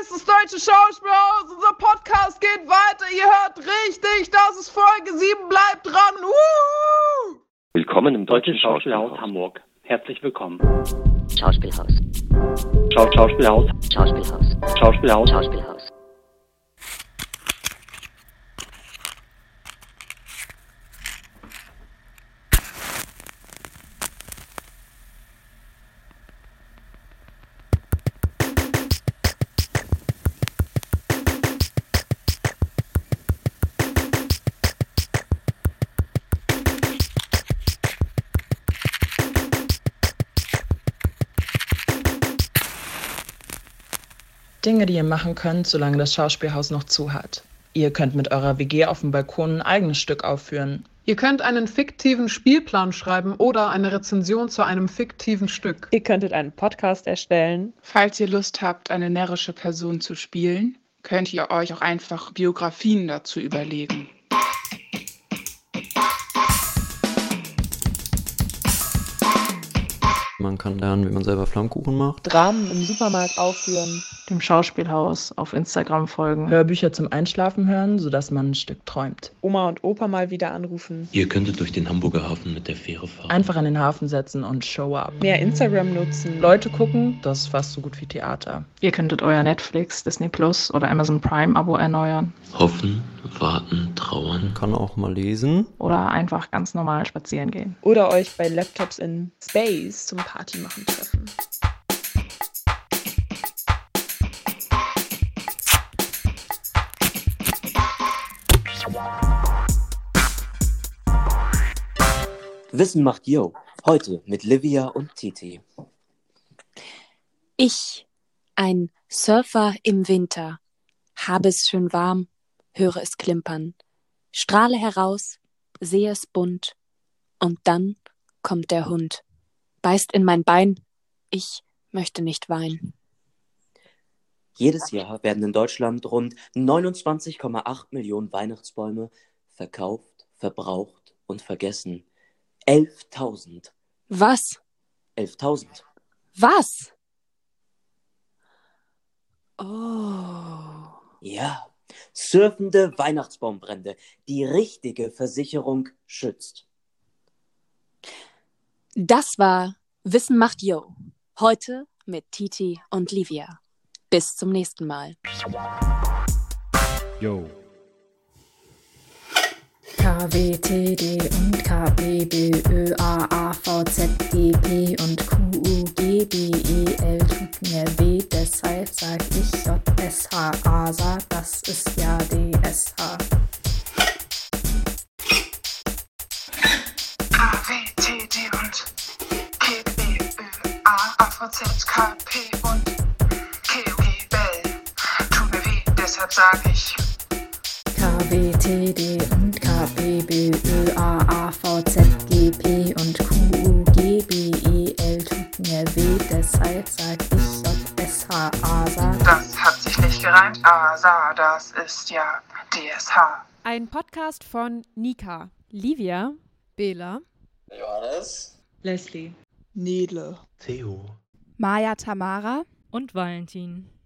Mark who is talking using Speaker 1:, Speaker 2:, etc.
Speaker 1: ist das Deutsche Schauspielhaus. Unser Podcast geht weiter. Ihr hört richtig. Das ist Folge 7. Bleibt dran. Uhuhu.
Speaker 2: Willkommen im Deutschen
Speaker 3: Deutsches Schauspielhaus
Speaker 2: Schauspielhaus.
Speaker 3: Hamburg. Herzlich willkommen.
Speaker 4: Schauspielhaus.
Speaker 2: Schau Schauspielhaus.
Speaker 4: Schauspielhaus.
Speaker 2: Schauspielhaus.
Speaker 4: Schauspielhaus.
Speaker 5: Dinge, die ihr machen könnt, solange das Schauspielhaus noch zu hat. Ihr könnt mit eurer WG auf dem Balkon ein eigenes Stück aufführen.
Speaker 6: Ihr könnt einen fiktiven Spielplan schreiben oder eine Rezension zu einem fiktiven Stück.
Speaker 7: Ihr könntet einen Podcast erstellen.
Speaker 8: Falls ihr Lust habt, eine närrische Person zu spielen, könnt ihr euch auch einfach Biografien dazu überlegen.
Speaker 9: Man kann lernen, wie man selber Flammkuchen macht.
Speaker 7: Dramen im Supermarkt aufführen.
Speaker 10: dem Schauspielhaus auf Instagram folgen.
Speaker 5: Hörbücher zum Einschlafen hören, sodass man ein Stück träumt.
Speaker 7: Oma und Opa mal wieder anrufen.
Speaker 11: Ihr könntet durch den Hamburger Hafen mit der Fähre fahren.
Speaker 5: Einfach an den Hafen setzen und show up.
Speaker 7: Mehr Instagram nutzen.
Speaker 5: Leute gucken, das ist fast so gut wie Theater.
Speaker 10: Ihr könntet euer Netflix, Disney Plus oder Amazon Prime Abo erneuern
Speaker 11: Hoffen, warten, trauern.
Speaker 9: Man kann auch mal lesen.
Speaker 10: oder einfach ganz normal spazieren gehen.
Speaker 7: Oder euch bei Laptops in Space zum Party machen treffen.
Speaker 12: Wissen macht Yo. Heute mit Livia und Titi.
Speaker 13: Ich, ein Surfer im Winter, habe es schön warm, höre es klimpern, strahle heraus, sehe es bunt, und dann kommt der Hund, beißt in mein Bein, ich möchte nicht weinen.
Speaker 12: Jedes Jahr werden in Deutschland rund 29,8 Millionen Weihnachtsbäume verkauft, verbraucht und vergessen. 11.000.
Speaker 13: Was?
Speaker 12: 11.000.
Speaker 13: Was? Oh.
Speaker 12: Ja. Surfende Weihnachtsbaumbrände. Die richtige Versicherung schützt.
Speaker 13: Das war Wissen macht Yo. Heute mit Titi und Livia. Bis zum nächsten Mal.
Speaker 14: Yo.
Speaker 15: KWTD und KBBÖ, AAVZDP und QUGBEL tut mir weh, deshalb sag ich JSH, ASA, das ist ja DSH.
Speaker 8: KWTD und KBÖ, AAVZ, KP und KUG Bell. Tut mir weh, deshalb sage ich.
Speaker 15: KWTD und KBBÖ, AAVZGP und QUGBEL tut mir weh, deshalb sag ich JSH, ASA,
Speaker 8: Das hat sich nicht gereimt. ASA, das ist ja DSH.
Speaker 13: Ein Podcast von Nika, Livia, Bela,
Speaker 5: Leslie.
Speaker 8: Nele.
Speaker 11: Theo.
Speaker 13: Maya Tamara
Speaker 10: Und Valentin.